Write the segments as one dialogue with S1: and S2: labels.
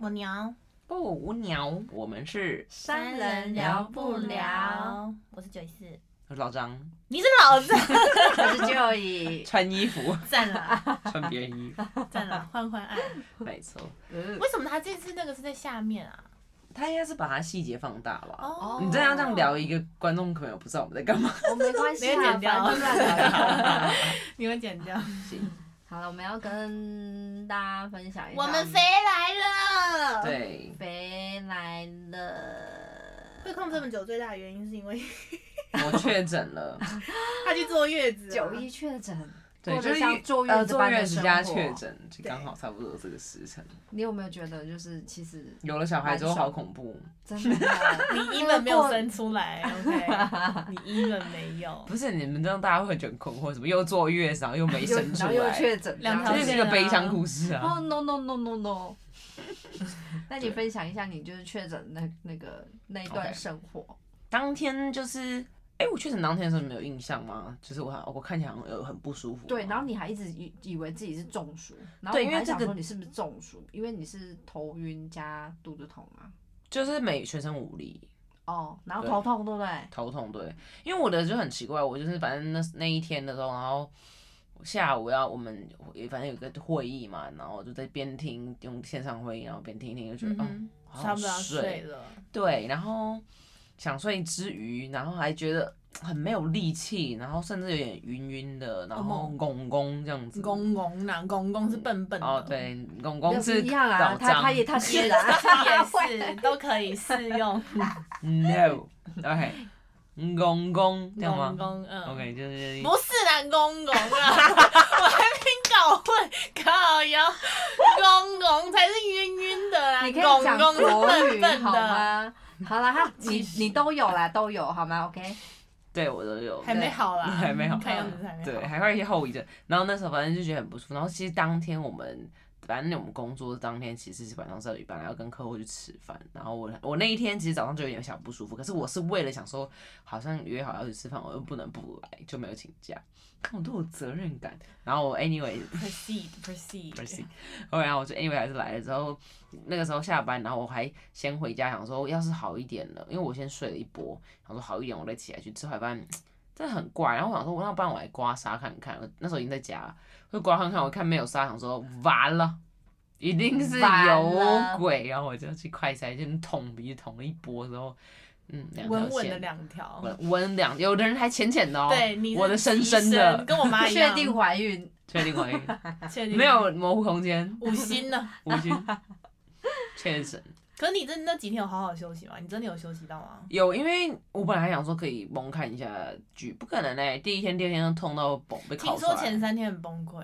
S1: 不聊，
S2: 不无聊，我们是
S3: 三人聊不 聊？？
S1: 我是九四，
S2: 老张，
S1: 你是老子，
S3: 我是 Joy。
S2: 穿 衣服，
S1: 赞了，
S2: 穿别人衣服，
S1: 赞了， 换换爱。
S2: 没错，
S3: 嗯
S1: 为什么他这次那个是在下面啊？
S2: 他应该是把它细节放大吧。
S1: 哦，
S2: 你这样这样聊，一个观众可能不知道我们在 干嘛。
S3: 我没关系
S1: 没有
S3: 啊，
S1: 剪
S3: 反
S1: 掉
S3: 正就乱聊。
S1: 你会剪掉。
S2: 行，
S3: 好了，我们要跟大家分享一下
S1: 我们谁来了？，
S2: 对，
S3: 肥来了，
S1: 会控这么久最大的原因是因为
S2: 我确诊 了，
S1: 他去坐月子啊。
S3: 九一确诊，
S2: 对，
S3: 过
S2: 就
S3: 得
S2: 是
S3: 像坐
S2: 呃
S3: 月子
S2: 坐
S3: 般
S2: 月
S3: 的
S2: 子
S3: 生活
S2: 加确诊，就
S1: 对
S2: 刚好差不多这个时辰。
S3: 你有没有觉得就是其实
S2: 有了小孩之后好恐怖，
S3: 真的
S1: 你一本没有生出 来，OK？你一本没有，
S2: 不是你们这样大家会觉得很困惑，什么又坐月子，然后又没
S3: 又
S2: 生出
S3: 然后又
S2: 来，
S3: 确诊，
S1: 两条
S2: 这
S3: 然后
S2: 是
S1: 线
S2: 一个悲伤故事啊。
S3: 哦 no no no no no，那你分享一下你就是确诊那那个那一段
S2: OK
S3: 生活，
S2: 当天就是，哎、我确诊当天的时候你没有印象吗？就是我好我看起来好像有很不舒服嘛。
S3: 对，然后你还一直以以为自己是中暑，然后
S2: 对
S3: 我
S2: 因为
S3: 还
S2: 这
S3: 想
S2: 个
S3: 说你是不是中暑，因为你是头晕加肚子痛啊，
S2: 就是每全身无力，
S3: 哦，然后
S2: 对
S3: 头痛对不对？
S2: 头痛，对，因为我的就很奇怪，我就是反正那那一天的时候，然后下午要我们反正有个会议嘛，然后我就在边听用线上会议，然后边听一听就觉得，嗯，
S1: 嗯
S2: 好
S1: 哼，差
S2: 想
S1: 不多要睡
S2: 睡，
S1: 了。
S2: 对，然后想睡之余，然后还觉得很没有力气，然后甚至有点晕晕的，然后
S1: 哦
S2: 拱拱这样子，
S1: 公公啦，公公是笨笨的。
S2: 哦，对，拱
S3: 没
S2: 拱
S3: 有不
S2: 是
S3: 一样啊，
S2: 老
S3: 他
S2: 张
S3: 他也他是啊，
S1: 也是都可以适用。
S2: No，OK，公公 这样
S1: 公
S2: 吗
S1: 公，嗯
S2: ？OK，就是
S1: 不是啦，公公啦，啊我还没搞混，靠腰，公公才是晕晕的 啦，
S3: 啊你可以
S1: 公
S3: 讲
S1: 公是
S3: 国
S1: 笨
S3: 语
S1: 笨
S3: 好
S1: 的，
S3: 吗？好了， 他你你都有啦，都有好吗？OK，
S2: 对我都有，
S1: 还没好啦，
S2: 还没好
S1: 看样子是还没好。
S2: 对，还会有一些后遗症。然后那时候反正就觉得很不舒服。然后其实当天我们，反正我们工作当天其实是晚上十二点半，然后跟客户去吃饭。然后我我那一天其实早上就有点小不舒服，可是我是为了想说，好像约好要去吃饭，我又不能不来，就没有请假。看我都有责任感。然后我 anyway
S1: Proceed,
S2: Mercy
S1: proceed。
S2: 后来我就 anyway 还是来了之后，那个时候下班，然后我还先回家，想说要是好一点了，因为我先睡了一波，想说好一点我再起来去吃，后来发现真的很怪，然后我想说，那不然我来刮痧看看，我那时候已经在家了，就刮看看，我看没有痧，想说完了。一定是有鬼，然后我就去快筛，就捅鼻子捅了一波之后，嗯，两条
S1: 稳稳的
S2: 线，
S1: 两条，
S2: 稳稳两，有的人还浅浅的哦，
S1: 对，你
S2: 我的深深的
S1: 提升跟我妈 一
S3: 确
S1: 样，
S3: 定怀孕，
S2: 确定可以，
S1: 确定
S2: 没有模糊空间，
S1: 五星了。
S2: 五星，确诊
S1: 可是你真的那几天有好好休息吗？你真的有休息到吗？
S2: 有，因为我本来想说可以蒙看一下剧，不可能哎、第一天、第二天都痛到崩被
S1: 听
S2: 烤出
S1: 说前
S2: 来。
S1: 三天很崩溃，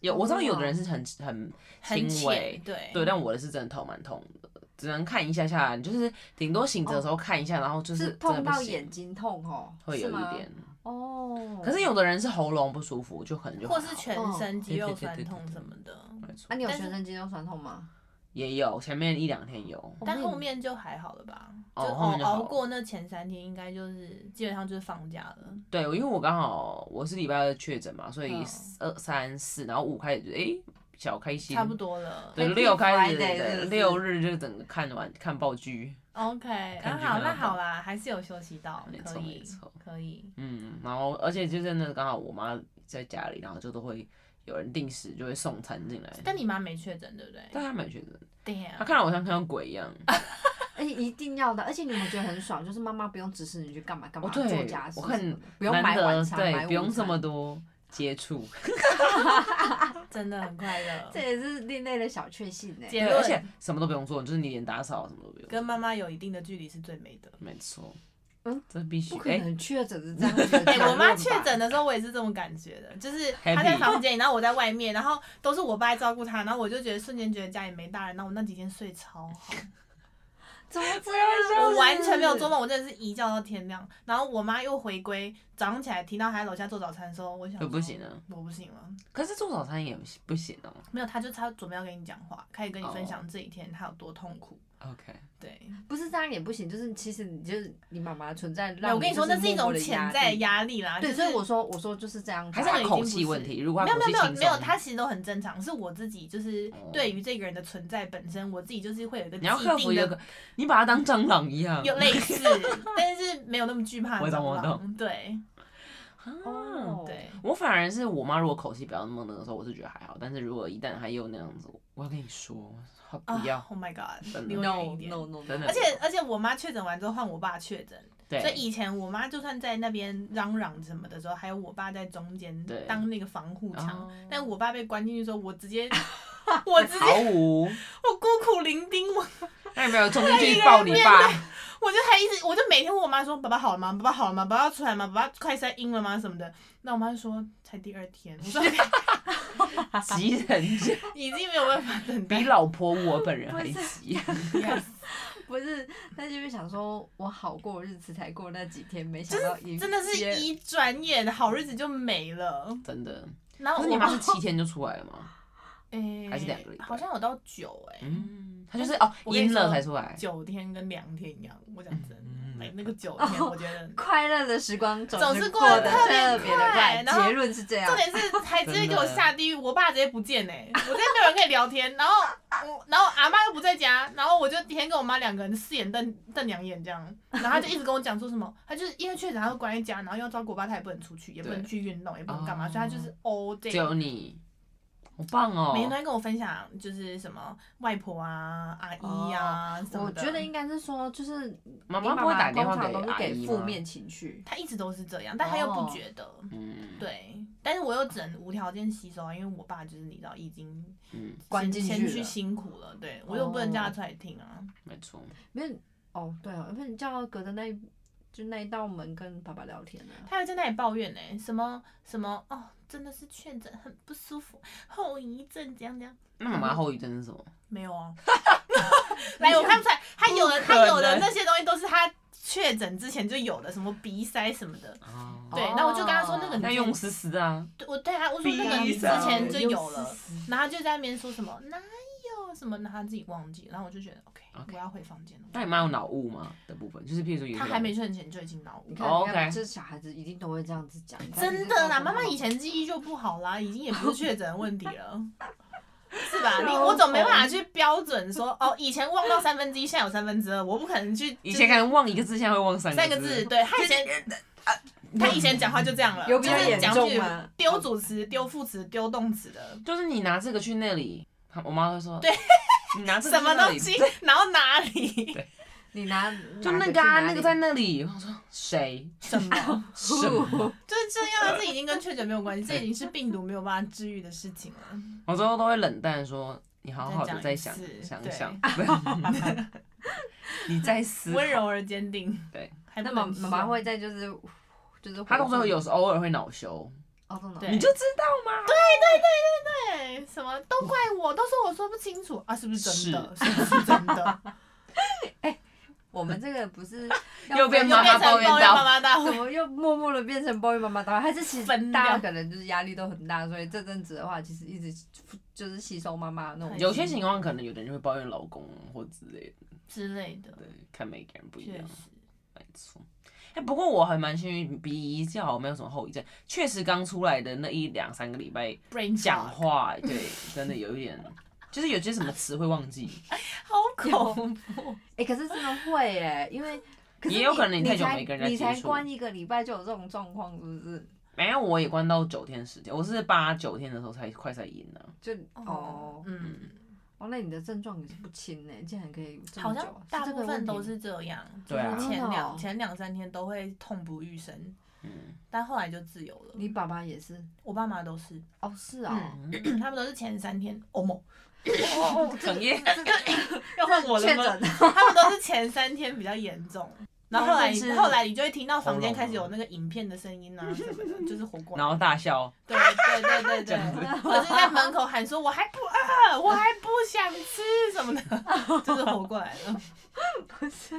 S2: 有我知道有的人是很很
S1: 很
S2: 轻
S1: 浅欸
S2: 微，，
S1: 对
S2: 对，但我的是真的头蛮痛的，只能看一下下，你就是顶多醒
S1: 哦
S2: 着的时候看一下，然后就是
S3: 是
S2: 真的
S3: 痛
S2: 不
S3: 到
S2: 行
S3: 眼睛痛哦，
S2: 会
S3: 是
S2: 有一
S3: 吗
S2: 点。
S3: 哦。
S2: 可是有的人是喉咙不舒服，就可能就
S1: 或
S2: 还
S1: 是
S2: 好
S1: 全身肌肉酸痛
S2: 对对对对对
S1: 什么的，
S2: 没错
S3: 那你有
S1: 但是
S3: 全身肌肉酸痛吗？哦
S2: 也有前面一两天有，
S1: 但后面就还好了吧？
S2: 哦
S1: 就
S2: 后
S1: 熬
S2: 面就好
S1: 熬
S2: 了
S1: 过那前三天，应该就是基本上就是放假了。
S2: 对，因为我刚好我是礼拜二确诊嘛，所以
S1: 嗯
S2: 二三四，然后五开始哎、诶小开心，
S1: 差不多了。
S2: 对，
S3: Happy
S2: 六开
S3: Friday，是
S2: 始
S3: 不
S2: 对
S3: 是
S2: 六日就整个看完看爆剧，
S1: OK，那
S2: 看剧
S1: 好，
S2: 看到
S1: 那好啦，还是有休息到
S2: 没，错
S1: 可
S2: 没
S1: 以
S2: 错，
S1: 可以。
S2: 嗯，然后而且就真的刚好我妈在家里，然后就都会有人定时就会送餐进来，
S1: 但你啊妈没确诊，对不对
S2: 但她蛮确诊，她
S1: ？Damn，
S2: 看到我像看到鬼一样，
S3: 而且一定要的，而且你们觉得很爽， 就是妈妈不用指使你去干嘛干嘛
S2: 哦对
S3: 做家事
S2: 我
S3: 什
S2: 看
S3: 么的，不用
S2: 难
S3: 买晚
S2: 得
S3: 餐，买
S2: 对，不
S3: 午
S2: 用
S3: 餐
S2: 这么，多接触，
S1: 真的很快乐
S3: 这。也是另类的小确幸欸呢。
S1: 结
S2: 对，而
S1: 论
S2: 且什么都不用做，就是你连打扫什么都不用，
S1: 跟妈妈有一定的距离是最美的。
S2: 没错，
S3: 嗯，
S2: 这必须
S3: 不可
S2: 哎，
S3: 能确诊是这样子。
S1: 哎、我妈确诊，的时候，我也是这种感觉的， 就是她在
S2: Happy
S1: 房间，然后我在外面，然后都是我爸在照顾她，然后我就觉得瞬间觉得家里没大人，然后我那几天睡超好，
S3: 怎么这样？
S1: 我完全没有做。梦，我真的是一觉到天亮。然后我妈又回归，早上起来听到她在楼下做早餐的时候，我想
S2: 就不
S1: 说
S2: 行了，
S1: 我不行了，
S2: 可是做早餐也不行不行哦，
S1: 没有，她就她准备要跟你讲话，开始跟你分
S2: 哦
S1: 享这一天她有多痛苦，
S2: OK，
S1: 对，
S3: 不是这样也不行，就是其实你就是你妈妈存在
S1: 没有
S3: 让
S1: 我跟你说，
S3: 就
S1: 那
S3: 是
S1: 是一
S3: 默
S1: 种
S3: 默地
S1: 潜
S3: 压
S1: 在的
S3: 力。
S1: 压力啦。
S3: 对，
S1: 就是
S3: 所以我说我说就是这样子，
S2: 还是他
S1: 已经
S2: 口
S1: 不
S2: 气
S1: 是
S2: 问题。如果
S1: 没
S2: 他
S1: 有
S2: 口
S1: 没有
S2: 气
S1: 没有
S2: 轻
S1: 没有，
S2: 松
S1: 他其实都很正常，是我自己就是
S2: 哦
S1: 对于这个人的存在本身，我自己就是会有一个
S2: 你要
S1: 既
S2: 克服
S1: 定
S2: 一
S1: 的
S2: 个，你把它当蟑螂一样。
S1: 有类 似，但是没有那么惧怕
S2: 我懂
S1: 蟑
S2: 我
S1: 螂。对
S2: 啊，
S3: 哦，
S1: 嗯对，
S2: 我反而是我妈，如果口气不要那么那个时候，我是觉得还好。但是如果一旦她又那样子，我要跟你说，她
S1: 啊
S2: 不要，
S1: ，Oh my God，
S2: 真的
S1: 离我远一
S3: ，no
S1: 点。
S3: no no，
S2: 真 的
S1: 而且而且我妈确诊完之后换我爸确诊，所以
S2: 对，
S1: 以前我妈就算在那边嚷嚷什么的时候，还有我爸在中间
S2: 对
S1: 当那个防护墙
S2: 哦。
S1: 但我爸被关进去之后，我直 接我直接
S2: 毫无。
S1: 我孤苦伶仃，我
S2: 那有没有冲进去抱你爸？
S1: 我就还一直我就每天问我妈说：“爸爸好了吗？爸爸好了吗？爸爸要出来吗？爸爸快塞阴了吗？什么的。”那我妈就说：“才第二天。”我 说
S2: 急人家
S1: 已经没有办法等待。
S2: 比老婆我本人还急。
S1: Yes
S3: 不是，但就是想说我好过日子才过那几天，没想到已
S1: 真的是
S3: 也。
S1: 一转眼好日子就没了。
S2: 真的，
S1: 然后
S2: 可是
S1: 我
S2: 你妈
S1: 妈
S2: 是七天就出来了吗？
S1: 诶
S2: 还是两个礼拜
S1: 好像有到九哎、
S2: 嗯，她就是哦
S1: 我跟你
S2: 阴
S1: 说
S2: 了才出来。
S1: 九天跟两天一样，我讲真
S2: 嗯
S1: 的，哎那个九天我觉得
S3: 快乐的时光
S1: 总
S3: 总
S1: 是
S3: 是
S1: 过
S3: 得
S1: 得特
S3: 特
S1: 别
S3: 别的
S1: 快
S3: 快，
S1: 然后
S3: 结论是这样
S1: 重。点是还直接给我下地狱，我爸直接不见哎、我真的没有人可以聊天，然后我然后阿妈又不在家，然后我就天天跟我妈两个人四眼瞪瞪两眼这样，然后她就一直跟我讲说什么，她就是因为确诊她会关在家，然后又要照顾我爸，她也不能出去，也不能
S2: 对
S1: 去运动，也不能干嘛，
S2: 哦
S1: 所以她就是 all day
S2: 只有你，好棒哦
S1: 每！天都在跟我分享，就是什么外婆啊、阿姨啊、什么
S3: 哦我
S1: 的。
S3: 觉得应该是说，就是你
S2: 妈
S3: 妈
S2: 不会打电
S3: 通
S2: 话
S3: 常都是
S2: 阿
S3: 给
S2: 姨
S3: 负
S2: 吗？
S3: 面情绪，
S1: 她一直都是这样，但她又不觉得。
S2: 嗯，
S1: 对，但是我又只能无条件吸收啊，因为我爸就是你知道已经
S2: 嗯，
S3: 关
S1: 先
S3: 进
S1: 先去
S3: 了。
S1: 辛苦了，对我又不能叫他出来听啊。
S2: 没错。
S3: 没有哦，对哦，要不然你叫隔着那一就那一道门跟爸爸聊天啊呢、
S1: 他还在那里抱怨呢、欸什么什么哦，真的是确诊很不舒服，后遗症怎样怎样。
S2: 那妈妈后遗症是什么？
S1: 没有啊，来我看不出来，他有的
S2: 不
S1: 他
S2: 可
S1: 有的
S2: 能
S1: 那些东西都是他确诊之前就有的，什么鼻塞什么的。
S2: 哦
S1: 对，那我就跟他说那个你
S2: 那
S1: 之
S2: 用思思啊，
S1: 对我对他我说那个
S2: 鼻
S1: 你之
S2: 塞
S1: 前就有
S3: 又
S1: 了
S3: 是，死
S1: 然后他就在那边说什么哪有什么，然后他自己忘记，然后我就觉得 OK，,
S2: OK
S1: 我要回房间了。
S2: 那你妈有脑雾吗的部分？就是譬如说有一
S1: 他
S2: 种
S1: 还没确诊前就已经脑雾
S3: 你。看，
S2: 哦
S3: 你看
S2: OK
S3: 这小孩子一定都会这样子讲。
S1: 真的啦，妈妈以
S3: 以
S1: 前记忆就不好啦，已经也不是确诊的问题了， 是吧？你我总没办法去标准说，哦，以前忘到三分之一，现在有三分之二，我不可能去。
S2: 以前可能忘一个字，现在会忘三
S1: 三
S2: 个
S1: 个字，对他以前，
S2: 呃
S1: 啊他以前讲话就这样了，
S3: 有
S1: 就
S3: 比较
S1: 是
S3: 严
S1: 讲
S3: 重
S1: 句
S3: 吗？
S1: 丢主词、丢副词、丢动词的，
S2: 就是你拿这个去那里，她我妈会说，
S1: 对，
S2: 你拿这个
S1: 什
S2: 去
S1: 么
S2: 那
S1: 东
S2: 里
S1: 西，然后哪 里，
S3: 你拿
S2: 就
S3: 拿
S2: 那
S3: 去
S2: 个啊，
S3: 哪
S2: 那个
S3: 里
S2: 在那里。我说谁？
S1: 什么，
S2: 什 么？
S1: 就是这样，啊这已经跟确诊没有关系，这已经是病毒没有办法治愈的事情了。
S2: 我最后都会冷淡说，你好好的再想
S1: 再讲一次
S2: 想
S1: 对
S2: 想， 你再思考
S1: 温。柔而坚定，
S2: 对，
S1: 还不
S3: 哎那妈
S1: 能
S3: 妈妈
S1: 说
S3: 会在就是就是
S2: 她到时候有时候偶尔会恼羞，
S3: 哦，懂了
S1: 对
S2: 你就知道嘛。对，
S1: 对，什么都怪我，都说我说不清楚啊，是不是真的？ 是不是真的？
S3: 我们这个不是
S2: 又变
S1: 又
S2: 妈
S1: 变
S2: 妈
S1: 成
S2: 抱
S1: 抱
S2: 怨
S1: 怨
S2: 大
S1: 妈妈 大
S3: 怎
S1: 会，
S3: 么又默默的变成抱怨妈妈大会？还是其
S1: 分
S3: 实大家
S1: 掉
S3: 可能就是压力都很大，所以这阵子的话，其实一直就是吸收妈妈那种。
S2: 有些情况可能有的人就会抱怨老公或之类的，
S1: 之类的，
S2: 对，看每个人不一
S1: 确
S2: 样
S1: 实。。
S2: 没错。哎、不过我还蛮幸运，鼻炎较好，没有什么后遗症。确实刚出来的那一两三个礼拜，
S1: brain
S2: 讲
S1: fog
S2: 话对，真的有一点，就是有些什么词会忘记，
S1: 好恐怖，
S3: 哎、可是真的会哎、因为可是
S2: 也有可能
S3: 你
S2: 你太久
S3: 才
S2: 没跟人家
S3: 你才
S2: 接触
S3: 关一个礼拜就有这种状况，是不是？
S2: 没有，我也关到九天十天，我是八九天的时候才快塞阴呢。
S3: 就
S1: 哦
S3: 哦，
S1: 嗯，
S3: 哦，那你的症状也是不轻呢、竟然可以这
S1: 好
S3: 么久啊
S1: 像大部分都是这样，就
S2: 对啊
S1: 是
S3: 真
S1: 前
S3: 的哦
S1: 两前两三天都会痛不欲生，
S2: 嗯，
S1: 但后来就自由
S3: 你
S1: 了。
S3: 爸爸也是
S1: 我爸妈都是，
S3: 哦，是
S2: 嗯
S3: 啊、
S1: 他们都是前三天，哦莫，
S3: 哦，哦
S2: 哽咽。
S3: 这个
S1: 要换 我
S3: 确
S1: 了吗？
S3: 诊
S1: 他 们都是前三天比较严重。然后后来
S2: 那就是
S1: 后来你就会听到房间
S2: 喉咙
S1: 开始有那个影片的声音啊什么的，就是活过来
S2: 嗯然。后大笑，
S1: 对对对对
S2: 这样
S1: 对
S2: 子，
S1: 或者是在门口喊说我还不饿，我还不想吃什么 的，就是活过来了。
S3: 不 是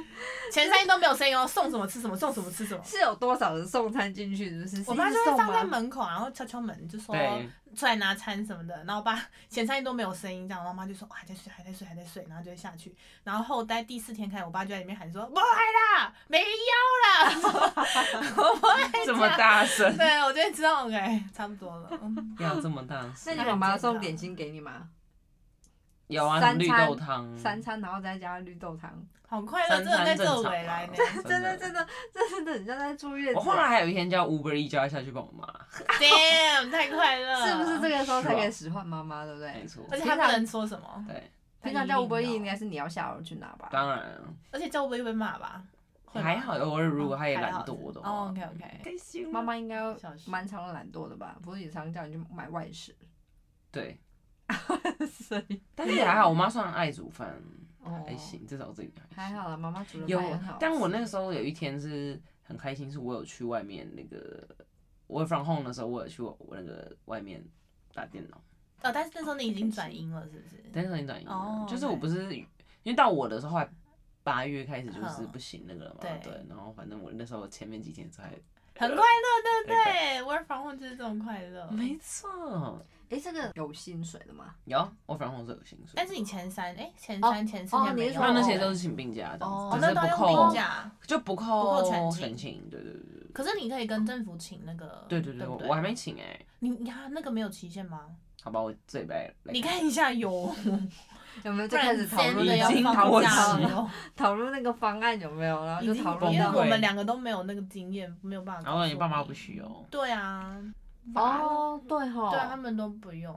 S1: 前三天都没有声音哦，送什么吃什么，送什么 吃什么。
S3: 是有多少人送餐进去？是不是？
S1: 我妈
S3: 是
S1: 就
S3: 一直
S1: 会
S3: 送
S1: 放在
S3: 吗
S1: 门口，然后敲敲门，就说
S2: 对，
S1: 出来拿餐什么的，然后我爸前三天都没有声音，这样，然后我妈就说、哦还在睡，还在睡，还在睡，然后就会下去，然后后待第四天开始，我爸就在里面喊说，不爱啦，没腰啦，我不爱
S2: 这么
S1: 家，
S2: 大 声，
S1: 对我就会知道，OK，差不多了，嗯
S2: 要这么大
S3: 那
S2: 声，
S3: 你妈妈送点心给你吗？
S2: 有啊，
S3: 三
S2: 绿
S3: 餐
S2: 豆汤，
S3: 三餐，然后再加绿豆汤，
S1: 好快乐，
S2: 三
S1: 真的在
S2: 餐正
S1: 这
S2: 常
S1: 尾
S2: 啊
S1: 来呢，，
S3: 真的真的这真的很像在住院
S2: 我。哦后来还有一天叫 Uber E 叫他下去帮我妈，
S1: Damn，太快乐，
S3: 是不是这个时候才可以
S2: 爽
S3: 使唤妈妈，对不
S2: 啊没
S3: 对？
S2: 错，
S1: 而且他不能说什么，
S2: 对，
S3: 平常叫吴伯义
S1: 一
S3: 应该是你要下楼去拿吧？
S2: 当然
S1: 而且叫微微骂吧，会吗
S2: 还好，偶尔如果他也
S1: 哦还
S2: 懒
S1: 好
S2: 惰的
S1: 哦
S2: 话
S1: ，OK OK，
S2: 开心啊
S3: 妈妈应该
S1: 小时
S3: 蛮常懒惰的吧？不是也常叫你去买外食？
S2: 对，
S3: 所以
S2: 但是也还好，我妈算爱煮饭，
S3: 哦
S2: 还，行，至少这里
S3: 还好啦，妈妈煮的
S2: 有
S3: 饭也很好，吃。
S2: 但我那个时候有一天是很开心，是我有去外面那个我 from home 的时候，我有去我我那个外面打电脑，
S1: 哦，但是那时候你已经转阴了，是不是？
S2: 但是很短音
S1: 哦
S2: 的，就是我
S1: OK
S2: 不是因为到我的时候，后来八月开始就是
S1: 嗯
S2: 不行那个了嘛，
S1: 对
S2: 对，然后反正我那时候前面几天才
S1: 很快乐，对不
S2: 对
S1: 对？Work from home 就是这种快乐。
S2: 没错，
S3: 哎，这个有薪水的吗？
S2: 有我 from home 是有薪水，
S1: 但是你前三，哎，前三、前四
S3: 哦
S1: 天没
S3: 你是
S1: 有，
S3: 说
S2: 那那些
S3: 哦
S2: 都是请病假这
S3: 哦
S2: 样
S1: 哦，
S2: 子，只
S1: 那
S2: 是
S1: 都
S2: 不
S1: 用
S2: 扣
S1: 病假。
S2: 就不
S1: 不
S2: 扣
S1: 扣全勤
S2: 全勤，对对对
S1: 可是你可以跟政府请那个，
S2: 对对
S1: 对
S2: 对对，
S1: 不
S2: 我我还没请哎、
S1: 你你看那个没有期限吗？
S2: 好吧，我这礼拜来
S1: 你看一下有，
S3: 有没有
S1: 不
S3: 就
S1: 然
S3: 开始讨论那
S1: 的要
S2: 已经
S1: 放
S3: 个
S1: 假
S2: 过期
S1: 了哦，
S3: 讨论那个方案有没有？然后
S1: 已
S3: 就
S1: 经
S3: 讨论
S1: 因为
S3: 到
S2: 崩
S1: 我
S2: 溃
S1: 们两个都没有那个经验，没有办法。
S2: 然后你爸妈不需要。
S1: 对啊，
S3: 哦，对
S1: 对啊，他
S3: 哈，
S1: 们都不用。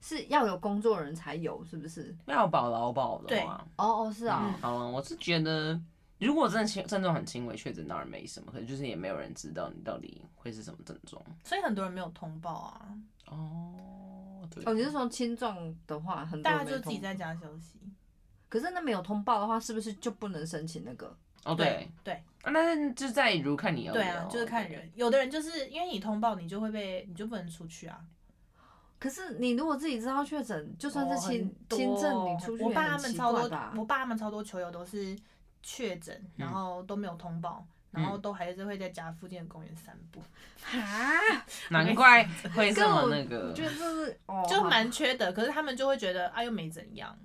S3: 是要有工作人才有，是不是？
S2: 要保劳保的话，
S3: 哦哦，是啊
S2: 嗯，，好了，我是觉得，如果真的轻症状很轻微，确诊当然没什么，可是就是也没有人知道你到底会是什么症状。
S1: 所以很多人没有通报啊，
S2: 哦，对，
S3: 哦，你是说轻重的话，很多
S1: 大家
S3: 人没
S1: 就
S3: 有
S1: 自己
S3: 通
S1: 在家休息。
S3: 可是那没有通报的话，是不是就不能申请那个？
S2: 哦对，
S1: 对
S2: 啊那就在于如看你要不哦
S1: 对
S2: 要。
S1: 啊，就是看人，有的人就是因为你通报，你就会被，你就不能出去啊。
S3: 可是你如果自己知道确诊，就算是
S1: 哦
S3: 轻
S1: 很多
S3: 轻症，你出去
S1: 我
S3: 也
S1: 爸他
S3: 很
S1: 们
S3: 奇
S1: 超
S3: 怪
S1: 多
S3: 吧，？
S1: 我爸他们超多球友都是确诊，然
S2: 嗯
S1: 后都没有通报，
S2: 嗯
S1: 然后都还是会在家附近的公园散步，
S3: 哈，
S2: 难怪会这么那
S3: 我
S2: 个
S3: 觉。得这是哦，
S1: 就
S3: 好
S1: 蛮缺的。可是他们就会觉得啊，又没怎样。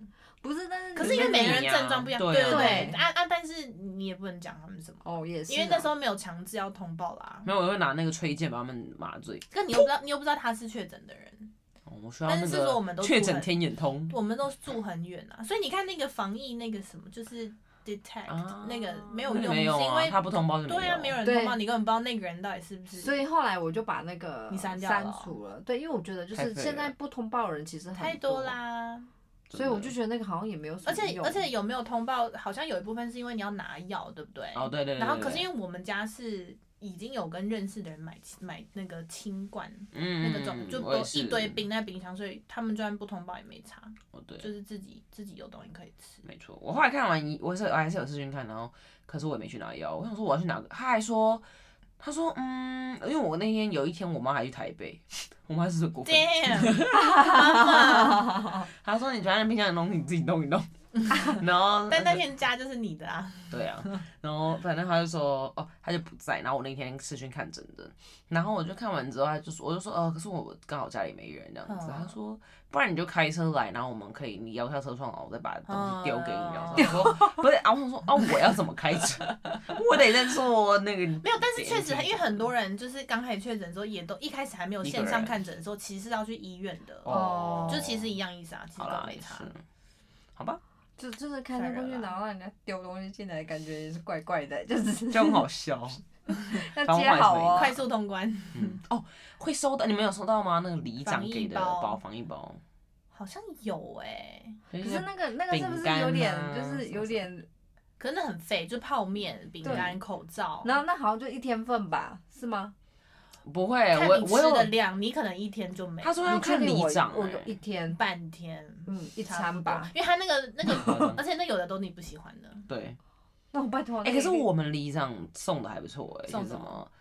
S3: 不是，但是
S1: 可
S3: 你
S1: 是因为
S3: 那
S1: 每
S3: 个
S1: 个人
S2: 你呀
S1: 症状不一样，
S2: 对
S1: 对
S2: 啊
S1: 对，
S3: 对
S1: 啊啊，但是你也不能讲他们什么，
S3: 哦也是啊，
S1: 因为那时候没有强制要通报啦。
S2: 没有，我会拿那个吹剑把他们麻醉。
S1: 可你又不知道，你又不知道他是确诊的人，
S2: 哦我需要
S1: 但
S2: 那
S1: 是是说我们
S2: 个
S1: 都
S2: 确
S1: 出
S2: 诊
S1: 门
S2: 天眼通。
S1: 我们都住很远啊，所以你看那个防疫那个什么，就是 detect、
S2: 啊
S1: 那个没有
S2: 那
S1: 用，
S2: 没有
S1: 是因
S2: 啊，
S1: 为
S2: 他不通报就
S1: 对啊，没有人通报，
S3: 对
S1: 你根本不知道那个人到底是不是。
S3: 所以后来我就把那个
S1: 你删掉了
S3: 删除了，对，因为我觉得就
S2: 太
S3: 是
S2: 废
S3: 现在
S2: 了
S3: 不通报的人其实很
S1: 太多
S3: 多，
S1: 啦，
S2: 真
S3: 所以我
S2: 的
S3: 就觉得那个好像也没有什
S1: 而
S3: 么
S1: 且
S3: 用，
S1: 而且有没有通报，好像有一部分是因为你要拿药，对不对？
S2: 哦对对对。
S1: 然后
S2: 对
S1: 可是
S2: 对
S1: 因为我们家是已经有跟认识的人买买那个清罐。
S2: 嗯
S1: 那个种就
S2: 我
S1: 都
S2: 也
S1: 一
S2: 是
S1: 堆冰在冰箱，所以他们就算不通报也没差，
S2: 哦对，
S1: 就是自己自己有东西可以吃。
S2: 没错，我后来看完一，我是我还是有视讯看，然后可是我也没去拿药，我想说我要去哪个，他还说，他说嗯，因为我那天有一天我妈还去台北， 我妈是说过分，
S1: Damn，
S2: 她说你反正冰箱的东西你自己弄一 弄，然后
S1: 但那天家就是你的啊，
S2: 对啊，然后反正他就说哦，他就不在，然后我那天视讯看诊的，然后我就看完之后，他就说我就说呃，可是我刚好家里没人这样子，
S1: 嗯
S2: 他说不然你就开车来，然后我们可以你摇下车窗，然后我再把东西丢给你，
S1: 嗯
S2: 然后我说不是啊，我想说啊，我要怎么开车？ 我得在坐那个
S1: 没有，但是确实，因为很多
S2: 人
S1: 人就是刚开始确诊的时候，也都一开始还没有
S2: 一个
S1: 线上
S2: 人
S1: 看诊的时候，其实是要去医院的，
S3: 哦
S1: 就其实一样意思啊，其实
S2: 好
S1: 都
S2: 啦，
S1: 没
S2: 也
S1: 差
S2: 是。，好吧，
S3: 就就是开车
S1: 烦
S3: 过
S1: 人
S3: 去，
S1: 啦
S3: 然后让人家丢东西进来，感觉也是怪怪的，就是
S2: 就很好笑，
S3: 要
S2: 防
S3: 接
S2: 患于
S3: 好
S2: 未
S3: 哦
S2: 然。
S1: 快速通关，
S2: 嗯哦，会收到，你们有收到吗？那个里长
S1: 防疫
S2: 给的
S1: 包
S2: 包防疫包，
S1: 好像有哎，
S2: 可
S3: 可是那个那个是不
S2: 饼
S3: 是
S2: 干
S3: 有点
S2: 啊
S3: 就是有点，
S1: 可是那很废，就泡面、饼干、口罩，
S3: 然后那好像就一天份吧，是吗？
S2: 不会，
S1: 看
S2: 我
S1: 你
S2: 我
S1: 吃的
S2: 有
S1: 量，你可能一天就没
S2: 他说要
S3: 你确
S2: 啊看
S3: 定
S2: 里
S3: 我
S2: 长、
S3: 我有一
S2: 欸，
S3: 天，
S1: 半天，
S3: 嗯，一
S1: 差不
S3: 餐
S1: 多
S3: 吧。
S1: 因为他那个那
S2: 夸
S1: 个
S2: 张，
S1: 而且那有的都你不喜欢的，
S2: 对，
S3: 那我拜托，
S2: 哎、
S3: 那
S2: 可是
S3: 个
S2: 我们里长送的还不错哎、欸，
S1: 送
S2: 就是
S1: 什
S2: 什
S1: 么
S2: 么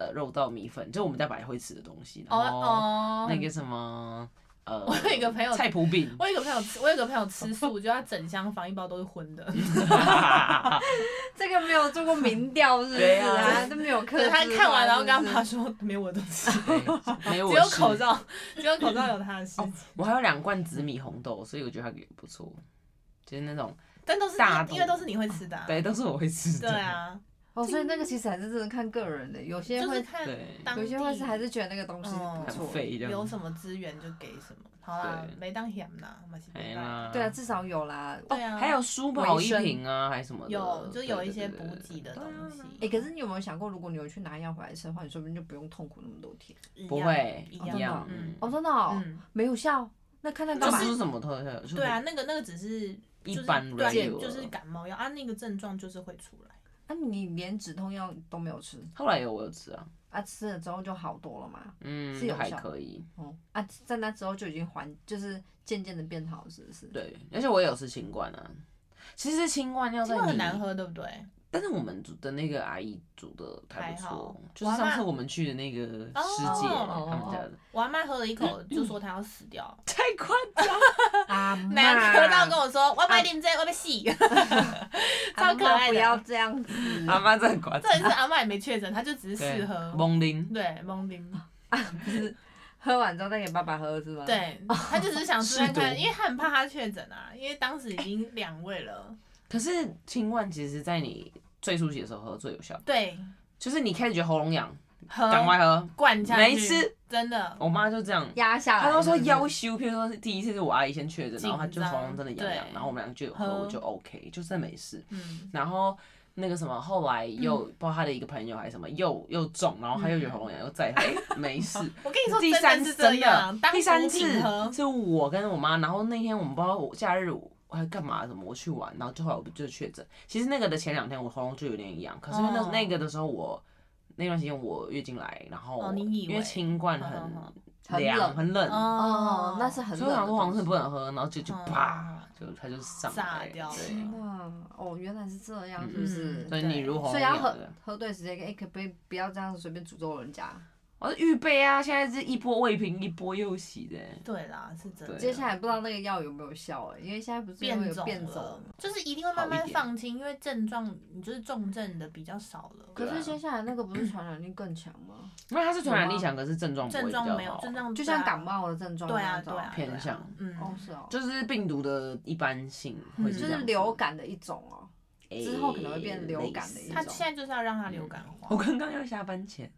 S2: 呃肉燥米粉，就我们家本来会吃的东西，然
S1: 哦
S2: 后
S1: 哦，
S2: 那个什么呃，
S1: 我有一个朋友
S2: 菜 谱饼，
S1: 我有一个朋友吃，我有一个朋友吃素，就他整箱防疫包都是荤的，
S3: 这个没有做过民 调是不是
S2: 对啊
S3: 啊？都没有克
S1: 可
S3: 制
S1: 是
S3: 化
S1: 他
S3: 是不是。
S1: 看完然后跟他妈说没有我的东西，
S2: 对没有
S1: 只
S2: 我哦
S1: 有
S2: 事
S1: 口。罩，只有口罩有他的事情，
S2: 我还有两罐紫米红豆，所以我觉得它也不错，就是那种
S1: 但都是
S2: 大
S1: 因为
S2: 肚
S1: 都是你会吃的啊，
S2: 对，都是我会吃的。
S1: 对啊，
S3: 哦，所以那个其实还是真的看个人的，有些
S1: 就是
S3: 会
S1: 看
S2: 对
S1: 当
S3: 有
S1: 地
S3: 些会是还是觉得那个东西是
S1: 嗯
S3: 不
S2: 很
S3: 错的。
S2: 肥这
S1: 有
S2: 样。
S1: 什么资源就给什么，好啦，
S2: 对
S1: 没当嫌啦，嘛是
S2: 哎
S1: 没
S2: 呀
S1: 啦，
S3: 对啊，至少有啦。
S1: 对啊，
S2: 还有书跑一瓶啊，还是什么的？
S1: 有就有一些
S2: 对对对
S1: 补
S2: 对
S1: 给的
S2: 对
S1: 东
S2: 啊
S1: 西，
S3: 哎、可是你有没有想过，如果你有去拿药回来吃的话，你说不定就不用痛苦那么多天。
S1: 一
S2: 不
S1: 样
S2: 会
S1: 一
S3: 哦真的
S1: 样
S3: 哦，
S2: 嗯
S1: 嗯，
S3: 哦，真的、哦
S1: 嗯，
S3: 没有效？那看那
S2: 这
S3: 干嘛？
S2: 不是什么特效，就是
S1: 对啊，那个那个只是
S2: 一
S1: 就是
S2: 般
S1: 对啊
S2: regular
S1: 就是感冒药啊，那个症状就是会出来。
S3: 啊，你连止痛药都没有吃
S2: 后来有我有吃啊，
S3: 啊，吃了之后就好多了嘛。
S2: 嗯
S3: 是，有
S2: 还
S3: 效
S2: 可以。
S3: 哦、啊，在那之后就已经缓，就是渐渐的变好，是不 是？
S2: 对，而且我也有吃清冠啊。其实清冠要
S1: 这
S2: 在
S1: 个很
S2: 你
S1: 难喝，对不对？
S2: 但是我们煮的那个阿姨煮的还
S1: 还
S2: 不错
S1: 好，
S2: 就是上次
S1: 我
S2: 我们去的那个师姐
S1: 哦
S2: 他们家的，
S1: 我阿妈喝了一 口就说她要死掉，
S2: 太夸张，
S3: 啊，
S1: 难喝到跟
S3: 我
S1: 我说我要
S2: 啊
S1: 买点这，我要被 洗。 超可爱的啊
S3: 不要这样子。
S2: 阿妈真的很夸
S1: 这
S2: 张，
S1: 一次阿妈也没确诊，她就只是试喝，
S2: 蒙林，
S1: 对，蒙丁，
S3: 喝完之后再给爸爸喝是吗？，
S1: 对，她就只是想试看
S2: 试
S1: 看，
S2: 毒
S1: 因为她很怕她确诊啊，因为当时已经两位了，
S2: 可是清冠其实在你最初期的时候喝最有效，
S1: 对，
S2: 就是你开始觉得喉咙痒，
S1: 喝
S2: 赶快喝。
S1: 灌嗯下去，
S2: 没事，
S1: 真的
S2: 我妈就这样，
S3: 压下来。
S2: 她都说腰
S3: 是
S2: 修，譬如说是第一次是我阿姨先确诊，然后她就
S1: 啊紧张
S2: 喉咙真的痒痒，
S1: 对
S2: 然后我们俩就有喝，
S1: 喝
S2: 我就 OK，就真的没事。
S1: 嗯，
S2: 然后那个什么，后来又不知道他的一个朋友还是什么，又又中，然后他又
S1: 嗯
S2: 觉得喉咙痒，又再 哎、没事。
S1: 我跟你说，
S2: 第
S1: 真
S2: 三
S1: 的是
S2: 次
S1: 这
S2: 真的
S1: 样，，当
S2: 第三
S1: 毒
S2: 次
S1: 品喝，
S2: 是我跟我妈，然后那天我们不知道我假日我还干嘛什么，我去玩，然后最后来我不就确诊。其实那个的前两天我喉咙就有点痒，可是因为那、
S1: 哦
S2: 那个的时候我那段时间我月经来，然后、
S1: 哦你以为嗯
S2: 因为清冠很
S1: 好好
S3: 好
S2: 凉很冷，
S3: 哦，那是很
S2: 所以我想说黄色不
S3: 能。
S2: 能喝，然后就就
S1: 嗯
S2: 啪、就它就上来
S1: 炸掉
S2: 对
S1: 天
S3: 啊，哦，原来是这样，
S2: 嗯
S3: 是不是？
S2: 所以你如果喉
S3: 所
S2: 咙
S3: 以要
S2: 痒
S3: 喝
S2: 的。
S3: 喝对时间，哎、可不可以不要这样子随便诅咒人家？
S2: 我是预备啊，现在是一波未平一波又起的。
S1: 对啦，是真的
S2: 对啊。
S3: 接下来不知道那个药有没有效哎、因为现在不是会
S1: 变
S3: 有
S1: 种
S3: 变
S1: 了
S3: 种，
S1: 就是一定会慢
S2: 好
S1: 慢
S2: 一点
S1: 放轻，因为症状你就是重症的比较少了，
S3: 可
S2: 对啊
S3: 是接下来那个不是传染力更强吗？
S2: 因为它是传染力强，可是症状不会
S1: 症
S2: 比较
S1: 状
S2: 好，
S1: 没有，症状
S3: 就像
S1: 对啊
S3: 感冒的症状
S1: 对
S3: 那
S1: 啊
S3: 种
S1: 对啊，
S2: 偏向
S1: 对啊
S3: 哦
S1: 嗯，
S3: 是哦，
S2: 就是病毒的一般性
S1: 嗯
S2: 会这
S3: 就
S2: 样子哎
S3: 是流，感的一种哦。
S2: 诶
S3: 之后可能会变流感的一
S1: 他
S3: 种
S1: 现在就是要让他流感
S2: 我
S1: 化，
S2: 刚刚要下班前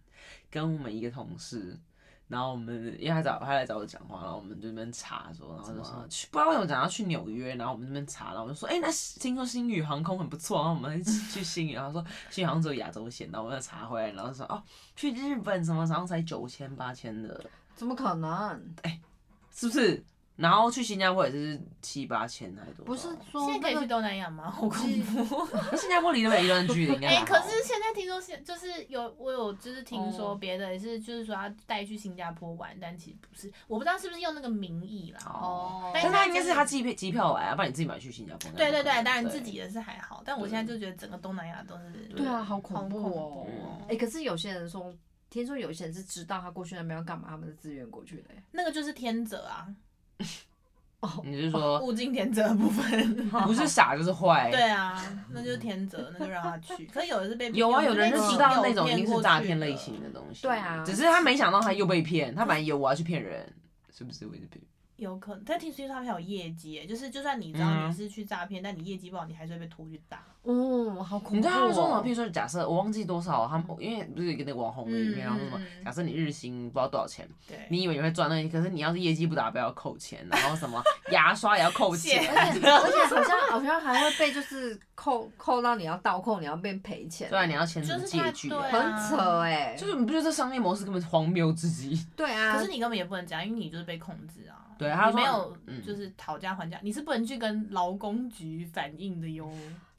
S2: 跟我们一个同事。然后我们，因为他找他来找我讲话，然后我们就那边查说，然后就说去，不知道为什么讲要去纽约，然后我们那边查，然后我就说，哎、那听说星宇航空很不错，啊然后我们一起去星宇， 然后说星宇航空只有亚洲线，然后我们要查回来，然后就说哦，去日本什么好像才九千八千的，
S3: 怎么可能？
S2: 是不是？然后去新加坡也是七八千还多少，
S3: 不是说
S1: 现在可以
S3: 那
S1: 去
S3: 个
S1: 东南亚吗？好恐怖！
S2: 那新加坡离那边一段距离 应该还
S1: 哎，
S2: 好。
S1: 可是现在听说现就是有我有就是听说
S3: 哦
S1: 别的也是就是说要带去新加坡玩，但其实不是，我不知道是不是用那个名义啦。
S2: 哦，
S1: 但
S2: 但
S1: 是
S2: 他
S1: 他
S2: 应该是他机票机票来啊，不然你自己买去新加坡。
S1: 对对对，
S2: 那不可能
S1: 当然自己的是还好，但我现在就觉得整个东南亚都是
S3: 对啊，好
S1: 好
S3: 恐怖哦
S1: 恐。怖
S3: 哎、可是有些人说，听说有些人是知道他过去那边要干嘛，他们是自愿过去的、欸。
S1: 那个就是天择啊，
S2: 你是说
S1: 物竞天择的部分。
S3: 哦
S2: 不是傻就是 坏？
S1: 对，啊，那就是天择，那就让他去。可是有的是被
S2: 有啊，有的人
S1: 被
S2: 就
S3: 被
S2: 知
S1: 朋
S2: 道
S1: 友
S2: 那种已
S1: 骗
S2: 经
S1: 过
S2: 是诈
S1: 去
S2: 骗
S1: 的
S2: 类型的东西。
S3: 对啊
S2: 只是他没想到他又被骗，他本来以为我要去骗人，是不是？我一直骗。
S1: 有可能，但听说他们还有业绩耶，就是就算你知道
S2: 嗯
S1: 你是去诈骗，但你业绩不好，你还是会被拖去打。
S3: 嗯，好恐怖、哦。
S2: 你知道他们说什么？譬如说，假设我忘记多少，他们因为不是有一个那个网红的影片，然后说什么
S1: 嗯嗯嗯
S2: 假设你日薪不知道多少钱，
S1: 对，
S2: 你以为你会赚那些，可是你要是业绩不达标要扣钱，然后什么牙刷也要扣钱，
S3: 而且而且好像好像还会被就是扣扣到你要倒扣，你要被赔钱，
S2: 对啊，你要签什
S1: 就
S2: 么
S1: 是
S2: 借
S1: 他
S2: 据
S1: 对
S2: 啊？
S3: 很
S1: 啊
S3: 扯哎、
S2: 就是你不觉得这商业模式根本荒谬至极？
S3: 对啊，
S1: 可是你根本也不能讲，因为你就是被控制啊。
S2: 对他
S1: 你没
S2: 说
S1: 有
S2: 嗯
S1: 就是讨价还价，你是不能去跟劳工局反映的哟。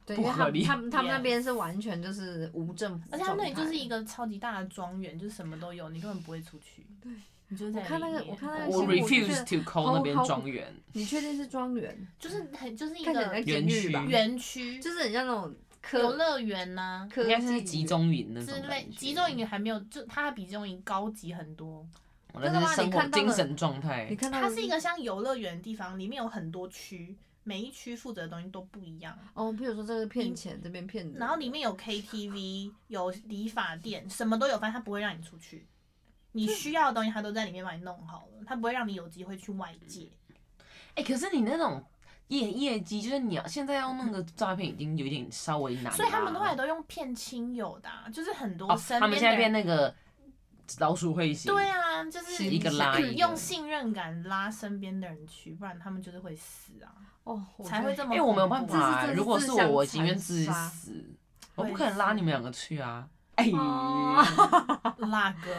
S3: 对，
S2: 不
S3: 因为
S2: 合
S3: 他
S2: 理
S3: 他们他们那
S1: Yes
S3: 边是完全就是无政府，
S1: 而且他们那里就是一。个超级大的庄园，就什么都有，你根本不会出去。对，你就在
S3: 我看那个
S1: 里面
S3: 我看那个
S2: 我
S3: 新闻我觉
S2: refuse
S3: 得
S2: to call
S3: 好
S2: 那边
S3: 好
S2: 庄园，
S3: 你确定是庄园？
S1: 就是很就是一
S3: 看起来
S1: 个
S3: 很像监狱吧
S2: 园，
S1: 园区，
S3: 就是很像那种
S1: 游
S3: 科
S1: 乐园呐
S3: 科
S2: 应该是
S3: 技
S2: 集中营那种
S1: 之
S2: 感
S1: 类，
S2: 觉
S1: 集中营还没有，就它比集中营高级很多。
S2: 我
S3: 真的
S2: 那
S3: 吗
S2: 是生
S3: 你
S2: 活
S3: 看到
S2: 精
S3: 了
S2: 神状
S3: 你
S2: 态。
S3: 看到
S1: 它是一个像游乐园的地方，里面有很多区，每一区负责的东西都不一样。
S3: 哦，譬如说这个骗钱，这边骗
S2: 嗯
S3: 人，
S1: 然后里面有 KTV，有理发店，什么都有，反正它不会让你出去。你需要的东西，它都在里面帮你弄好了，它不会让你有机会去外界。
S2: 哎、可是你那种业业绩，就是你要现在要弄个诈骗，已经有点稍微难啦。
S1: 所以他们后来都用骗亲友的啊、就是很多
S2: 哦，
S1: 身
S2: 他们
S1: 边的
S2: 现在变
S1: 人。
S2: 那个老鼠会型。
S1: 对啊，就是
S2: 一个拉一个
S1: 用信任感拉身边的人去，不然他们就是会死啊，
S3: 哦，我
S1: 才会这么
S2: 哎、我没有办
S1: 恐怖啊
S2: 法、
S3: 这是这是
S2: 如果是我，我情愿自
S3: 自
S2: 己
S3: 相残
S2: 死，我不可能拉你们两个去啊！哎、
S3: 哦
S1: 辣 哥，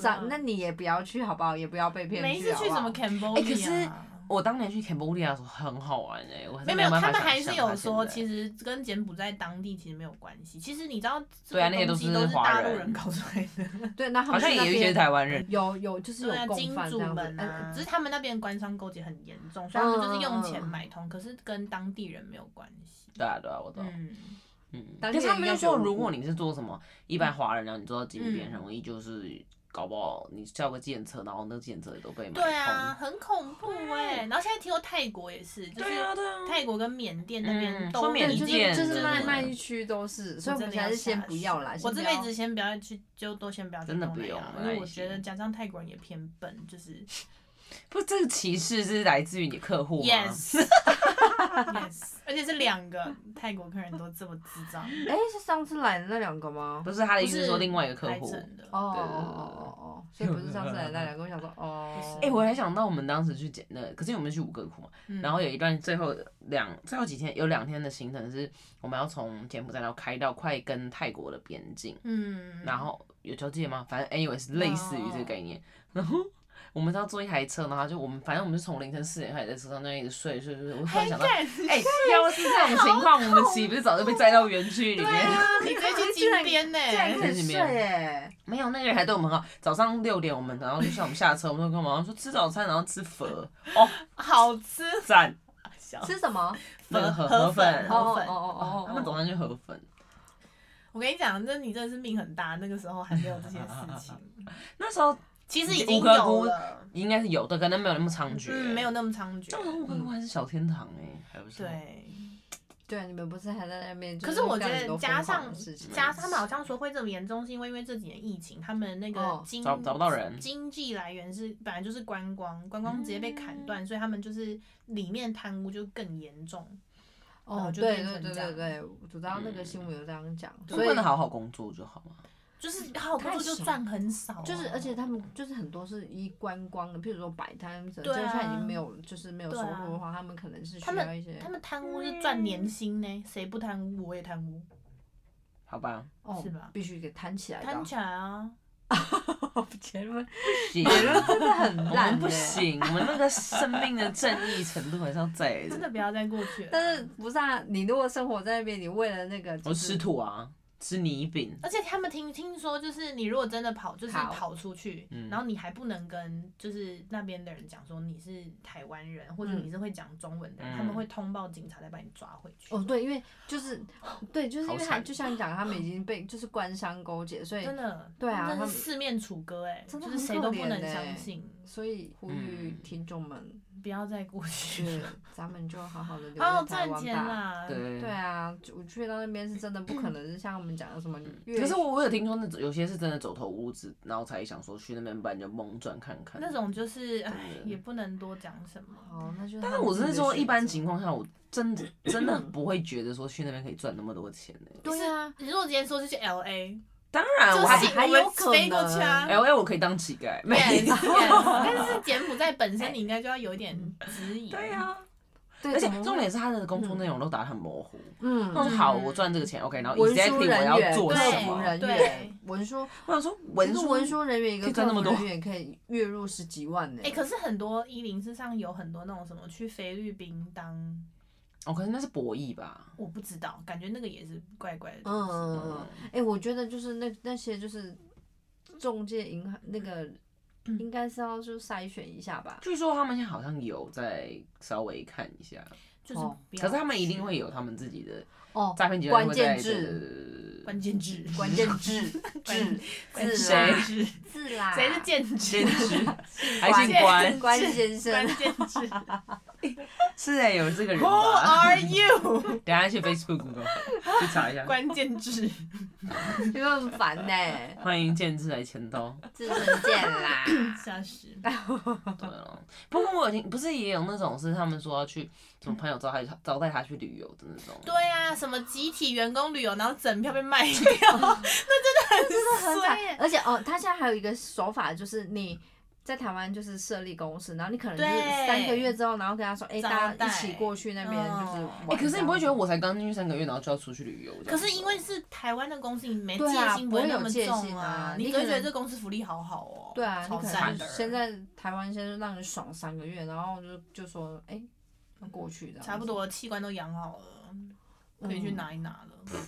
S3: 长，啊那你也不要去好不好？也不要被骗。啊
S1: 每一次嗯去什么？
S2: 哎可
S1: Cambodia，、啊
S2: 是我当年去 Cambodia 的时候很好玩哎、我还是
S1: 没有
S2: 没
S1: 没有，
S2: 办法
S1: 他们还
S2: 想
S1: 是
S2: 象
S1: 有说，
S2: 它现
S1: 其
S2: 在
S1: 实跟柬埔寨当地其实没有关系。其实你知道，
S2: 对啊那些
S1: 都
S2: 都
S1: 是
S2: 是
S1: 都
S2: 华
S1: 大陆
S2: 人
S1: 人搞出来的，
S3: 对，那他
S2: 好
S3: 们
S2: 像
S3: 去
S2: 也
S3: 那
S2: 有一些
S3: 边
S2: 台湾人，
S3: 有有就是
S1: 对啊
S3: 有，
S1: 金
S3: 共犯
S1: 主
S3: 这样子，
S1: 们啊，
S3: 嗯
S1: 只是他们那边官商勾结很严重，所以他们就是用钱买通，可是跟当地人没有关系。
S2: 对啊对啊，我懂。
S1: 嗯，
S2: 嗯，
S3: 当
S2: 但
S3: 地
S2: 是他
S3: 人
S2: 们
S3: 应
S2: 就
S3: 该觉
S2: 说，
S3: 得
S2: 如
S3: 无
S2: 果
S3: 辜
S2: 你是做什么一般华人，然后你做到金边，
S1: 嗯
S2: 很容易就是搞不好你叫个检测，然后那个检测也都被买通。
S1: 对啊，很恐怖哎、然后现在听说泰国也是，就是
S2: 对啊，对啊，
S1: 泰国跟缅甸那边
S2: 嗯
S1: 都
S2: 说
S1: 已
S3: 对，
S1: 经、
S2: 缅
S3: 就
S2: 甸
S3: 是就是
S2: 的
S3: 慢慢一区都是，所以我
S1: 真
S3: 们
S1: 的
S3: 现在
S1: 要
S3: 是先
S1: 下
S3: 不要
S1: 去
S3: 啦。
S1: 我
S3: 先不
S1: 这
S3: 要
S1: 辈子先不要去，就都先不要去
S2: 真的
S1: 东
S2: 不
S1: 南
S2: 用
S1: 亚
S2: 没
S1: 因为
S2: 关
S1: 我觉得
S2: 系
S1: 加上泰国人也偏笨，就是
S2: 不，这个歧视是来自于你客户 吗
S1: Yes，Yes，而 且是两个泰国客人都这么智障，
S3: 哎、是上次来的那两个吗？
S2: 不是他的
S1: 不
S2: 意思是
S1: 是
S2: 说另外一个客
S1: 来
S2: 户。
S1: 整的
S3: 哦哦
S2: 对
S3: 哦哦哦，所以不是上次来的那两个，我想说 哦，
S2: 哎、我还想到我们当时去捡那个，可是我们去五个库嘛，
S1: 嗯
S2: 然后有一段最后两最后几天有两天的行程是我们要从柬埔寨然后开到快跟泰国的边境，
S1: 嗯，
S2: 然后有交界吗？反正 anyway 是类似于这个概念。然后我们是要坐一台车，然后就我们反正我们是从凌晨四点开始在车上那样一直睡睡睡，我突然
S1: 黑
S2: 想到，
S1: 干，
S2: 哎、要是这种情况，我们岂不是早就被载到园区里
S1: 对
S2: 面？
S1: 啊，你直接去金边呢、
S3: 这样可以
S2: 里
S3: 睡
S2: 面
S3: 哎、
S2: 没有，那个人还对我们很好。早上六点我们，然后就像我们下车，我们就跟我妈妈说吃早餐，然后吃粉哦，
S1: 好吃，
S2: 赞，
S1: 小
S3: 吃什么？
S2: 那个
S1: 河
S2: 河
S1: 河
S2: 河
S1: 粉
S3: 哦
S1: 嗯
S2: 粉，
S1: 河
S3: 哦
S1: 粉
S3: 哦哦
S2: 他
S3: 哦
S2: 们早
S3: 哦，
S2: 上就河粉。
S1: 我跟你讲，那你真的是命很大，那个时候还没有这些 事情，
S2: 那时候
S1: 其实已
S2: 五
S1: 经
S2: 颗
S1: 有
S2: 菇
S1: 了，
S2: 应该是有的，可能没有那么猖獗、
S1: 嗯，没有。那么猖
S2: 但我觉得五
S1: 獗，
S2: 个还是小天堂哎、还不错。
S1: 对。
S3: 对，你们不是还在那边？
S1: 可是我觉
S3: 就是
S1: 得
S3: 干
S1: 加
S3: 很多疯狂
S1: 上
S3: 的事情
S1: 加他们好像说会这么严重，是因为因为这几年疫情，他们那个
S3: 哦
S1: 经、
S2: 找找不到人
S1: 经济来源是本来就是观光，观光直接被砍
S3: 嗯
S1: 断，所以他们就是里面贪污就更严重。
S3: 哦，
S1: 就
S3: 对
S1: 变
S3: 对
S1: 成
S3: 对
S1: 这样
S3: 对对，我知道那个新闻有这样讲，
S2: 就
S3: 所以
S2: 不能好好工作就好嘛。
S1: 就是好工
S3: 嗯太
S1: 作就
S3: 少
S1: 赚很少啊、
S3: 就是，而且他们就是很多是以观光的，譬如说摆摊者，
S1: 对
S3: 就
S1: 啊
S3: 是他已经没有就是没有
S1: 对
S3: 收
S1: 啊
S3: 入的话，他们可能是
S1: 他
S3: 需
S1: 们
S3: 要一些
S1: 他们贪污是赚年薪呢，谁不贪污？我也贪污，
S2: 好吧，
S3: 哦
S1: 是吧，
S3: 必须给摊起来的
S1: 贪
S3: 啊。
S1: 起来 啊！
S3: 结论
S2: 行，
S3: 结 论 真的很
S2: 我
S3: 烂
S2: 们不
S3: 欸。
S2: 行，我们那个生命的正义程度还是要在
S1: 真
S2: 的。
S1: 的不要再过去了。
S3: 但是不是啊？你如果生活在那边，你为了那个、
S2: 我
S3: 就是，
S2: 吃土啊，吃泥饼，
S1: 而且他们听听说，就是你如果真的跑，就是
S3: 好
S1: 跑出去，
S2: 嗯
S1: 然后你还不能跟就是那边的人讲说你是台湾人，或者
S3: 嗯
S1: 你是会讲中文的人，
S2: 嗯
S1: 他们会通报警察再把你抓回去。
S3: 哦，对，因为就是对，就是因为
S2: 好
S3: 他
S2: 惨
S3: 就像你讲，他们已经被就是官商勾结，所以
S1: 真的，
S3: 对啊
S1: 真
S3: 他
S1: 的
S3: 们
S1: 是四面楚歌哎、
S3: 真的
S1: 就是
S3: 很
S1: 谁都
S3: 可
S1: 不
S3: 怜
S1: 能
S3: 欸
S1: 相信，
S3: 所以呼吁
S2: 嗯
S3: 听众 们，
S1: 不要再过去
S3: 是
S1: 了，
S3: 咱们就好好的 留
S1: 好好
S3: 在台
S1: 哦赚
S3: 湾
S1: 钱
S3: 吧。
S1: 啦。
S2: 对
S3: 对。啊，我去到那边是真的不可能是像我们讲的什么越，
S2: 可是我我有听说，那种有些是真的走投无路，然后才想说去那边，不然就蒙赚看看。
S1: 那种就是唉
S2: 真的
S1: 也不能多讲什么。
S3: 哦，那就
S2: 但是我是说，一般情
S3: 况，
S2: 况下，我真的真的不会觉得说去那边可以赚那么多钱呢、
S3: 对啊，
S1: 你如果今天说就去 L A，
S2: 当然，
S1: 就
S2: 啊我还
S1: 是
S3: 还
S1: 我们
S3: 有可
S1: 飞过去啊
S3: 能
S2: L A 我可以当乞丐，没
S1: yes, yes, 但是柬埔寨本身你应该就要有一点质疑。
S2: 对啊。
S3: 对，
S2: 而且
S3: 怎么会
S2: 重点是他的工作内容都打得很模糊。
S3: 嗯
S2: 那我说好，我赚这个钱，OK，然后
S3: 文
S2: exactly
S3: 书
S2: 我
S3: 人
S2: 要
S3: 员、
S2: 做
S3: 客
S2: 什
S3: 服
S2: 么？
S3: 人员、文书，
S2: 我想说
S3: 其
S2: 文
S3: 实
S2: 书
S3: 文书人员一
S2: 可
S3: 个
S2: 以赚
S3: 客
S2: 那
S3: 服
S2: 么多
S3: 人员可以月入十几万呢、
S1: 哎、可是很多一零四上有很多那种什么去菲律宾当，
S2: 哦，可是那是博弈吧？
S1: 我不知道，感觉那个也是怪怪的东
S3: 嗯
S1: 西。
S3: 嗯嗯，哎、我觉得就是那那些就是中介银行那个，
S2: 嗯
S3: 应该是要就筛选一下吧。
S2: 据说他们现在好像有在稍微看一下，
S1: 就是
S3: 哦
S1: 不要去、
S2: 可是他们一定会有他们自己的
S3: 哦，
S2: 诈骗集团会在
S3: 关键字啊
S2: 对对对对对对
S1: 关键字，
S3: 关键字字
S1: 关
S3: 字
S2: 谁
S3: 啊
S1: 字
S3: 字是啦，
S1: 谁是剑指
S2: 兼？职还
S3: 关
S2: 姓关
S1: 键，
S3: 关先生？
S1: 关键字
S2: 是哎、有这个人
S1: ，Who
S2: 吧？
S1: are you？
S2: 等一下去 Facebook Google 去查一下。
S1: 关键字，
S3: 你们很烦呢、
S2: 欢迎建制来签到。
S3: 自身见啦。
S1: 吓死！
S2: 对啊，不过我有听，不是也有那种是他们说要去什么朋友招待他招待他去旅游的那种。
S1: 对啊，什么集体员工旅游，然后整票被卖掉，那真的
S3: 很
S1: 很衰
S3: 惨
S1: 耶。
S3: 而且哦，他现在还有一个手法，就是你在台湾就是设立公司，然后你可能就是
S1: 对
S3: 三个月之后，然后跟他说，哎、
S1: 招
S3: 大
S1: 待
S3: 家一起过去那边就是
S1: 嗯
S3: 玩
S2: 哎、可是你不会觉得
S3: 这样子
S2: 我才刚进去三个月，然后就要出去旅游？
S1: 可是因为是台湾的公司，你没戒
S3: 对啊
S1: 心
S3: 不会
S1: 会那
S3: 有
S1: 么
S3: 戒
S1: 重
S3: 心啊
S1: 你
S3: 你
S1: 只会
S3: 可
S1: 觉得
S3: 能
S1: 这公司福利好好哦。
S3: 对啊，你
S1: 超
S3: 可
S1: 赞
S3: 能
S1: 的。
S3: 先在台湾先让你爽三个月，然后就就说，哎、要过去的，
S1: 差不多器官都养好了，
S3: 嗯
S1: 可以去拿一拿了，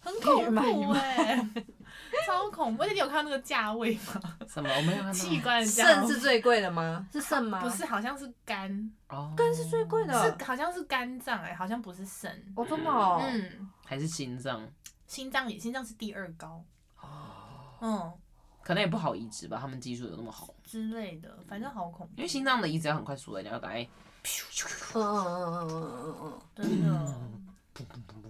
S1: 很
S3: 可以
S1: 恐
S3: 买一
S1: 怖哎、 超恐怖！而且你有看到那个价位吗？
S2: 什么？我没有看
S1: 器
S2: 到。
S1: 官的价
S3: 肾嗯
S1: 位
S3: 是最贵的吗？是肾吗？
S1: 不，是，好像是肝，
S2: 哦，
S3: 肝是最贵的。
S1: 是好像是肝脏哎、好像不是肾。
S3: 哦，真的啊哦。
S1: 嗯，
S2: 还是心脏？
S1: 心脏也心脏是第二高，
S3: 哦
S1: 嗯
S2: 可能也不好移植吧，他们技术有那么好。
S1: 之类的，反正好恐怖
S2: 因为，心脏的移植要很快速的，你要赶快。
S3: 嗯嗯嗯嗯嗯嗯嗯
S1: 真的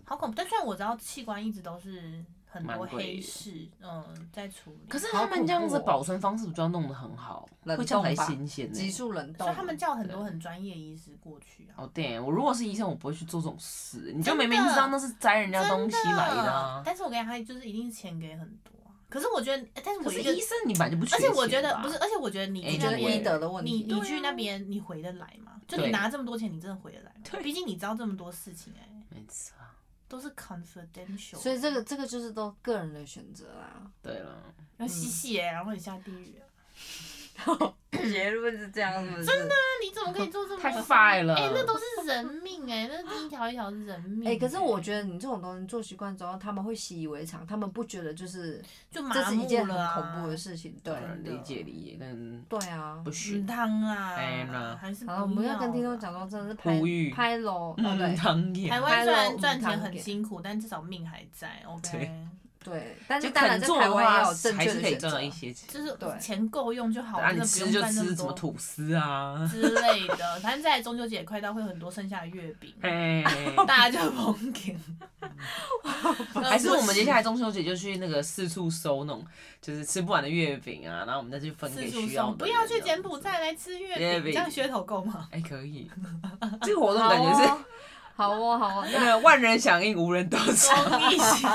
S1: 好恐怖。但虽然我知道器官一直都是很多
S2: 蛮贵的
S1: 黑市，嗯，在处理，
S2: 可是
S3: 好
S2: 他们这样子
S3: 恐怖哦
S2: 保存方式不就要弄得很好，
S3: 冷冻
S2: 会叫来
S3: 吧
S2: 新鲜
S3: 嗯，
S2: 呢、
S3: 急速冷冻
S1: 所以。他们叫很多很专业医师过去啊。
S2: 哦，对，我如果是医生，我不会去做这种事。你就
S1: 真的
S2: 明明知道那是摘人家东西
S1: 真
S2: 来的、啊，
S1: 但是我跟你讲，他就是一定钱给很多啊。可是我觉得，欸但是
S2: 可
S1: 我
S2: 是
S1: 觉得
S2: 医，生你本来就不缺
S1: 而且我觉
S2: 钱
S1: 得
S2: 吧
S1: 不是，而且我觉得你
S2: 哎
S1: 去
S3: 你觉得
S1: 那
S2: 真的
S1: 边
S3: 医德的问
S1: 你
S3: 题？
S1: 你
S2: 对
S1: 去
S2: 啊
S1: 那边，你回得来吗？就你
S2: 对
S1: 拿这么多钱，你真的回得来吗？
S2: 对
S1: 毕竟你知道这么多事情、哎，
S2: 没错，
S1: 都是 confidential。
S3: 所以这个这个就是都个人的选择啦。
S2: 对了，
S1: 要吸血、然后你下地狱、
S3: 结论是这样，是真的？
S1: 那你怎么可以做这么
S2: 太坏了
S1: 哎、那都是人命哎、那一条一条是人命、
S3: 哎、可是我觉得你这种东西做习惯之后，他们会习以为常，他们不觉得就是
S1: 就
S3: 这
S1: 麻
S3: 是一
S1: 木
S3: 件
S1: 了、啊，
S3: 很恐怖的事情。对，
S1: 真的
S2: 理解理解，但
S3: 对啊
S2: 不。
S1: 嗯
S2: 许
S1: 汤啊，
S2: 哎那
S1: 还是不
S3: 好了，我们
S1: 要
S3: 要跟听众
S1: 啦
S3: 讲说，真的是拍
S2: 呼吁
S3: 拍楼，哦
S2: 嗯，
S3: 对
S2: 唐
S1: 台
S2: 也
S1: 湾虽然
S3: 拍了
S1: 赚
S3: 五
S1: 钱
S3: 堂
S1: 很
S3: 给
S1: 辛苦，但至少命还在。OK，
S2: 对
S3: 对，但是
S2: 就
S3: 当然
S2: 肯
S3: 在
S2: 做
S3: 台
S2: 的
S3: 湾
S2: 话
S3: 也有正
S2: 还
S3: 确
S2: 是
S3: 的
S2: 可以
S3: 选
S2: 赚
S3: 择
S2: 到。一些钱。
S1: 就是
S3: 对
S1: 钱够用就好，
S2: 啊，
S1: 真
S2: 你
S1: 的不
S2: 吃
S1: 用
S2: 就
S1: 赚那
S2: 吃
S1: 么
S2: 什么
S1: 多
S2: 吐司啊，
S1: 之类的。反正在中秋节快到，会有很多剩下的月饼，
S2: 哎，
S1: 大家就捧给。
S2: 还是我们接下来中秋节就去那个四处收那种，就是吃不完的月饼啊，然后我们再去分
S1: 四
S2: 给
S1: 处
S2: 需要
S1: 送，
S2: 的。
S1: 不要去柬埔。寨来吃月
S2: 月
S1: 饼，
S2: 饼
S1: 这样噱头够吗？
S2: 哎，可以，这个活动
S3: 好
S2: 感
S1: 啊
S2: 觉是
S3: 哦，好哦，好哦，
S2: 那个万人响应，无人得逞，
S1: 公益性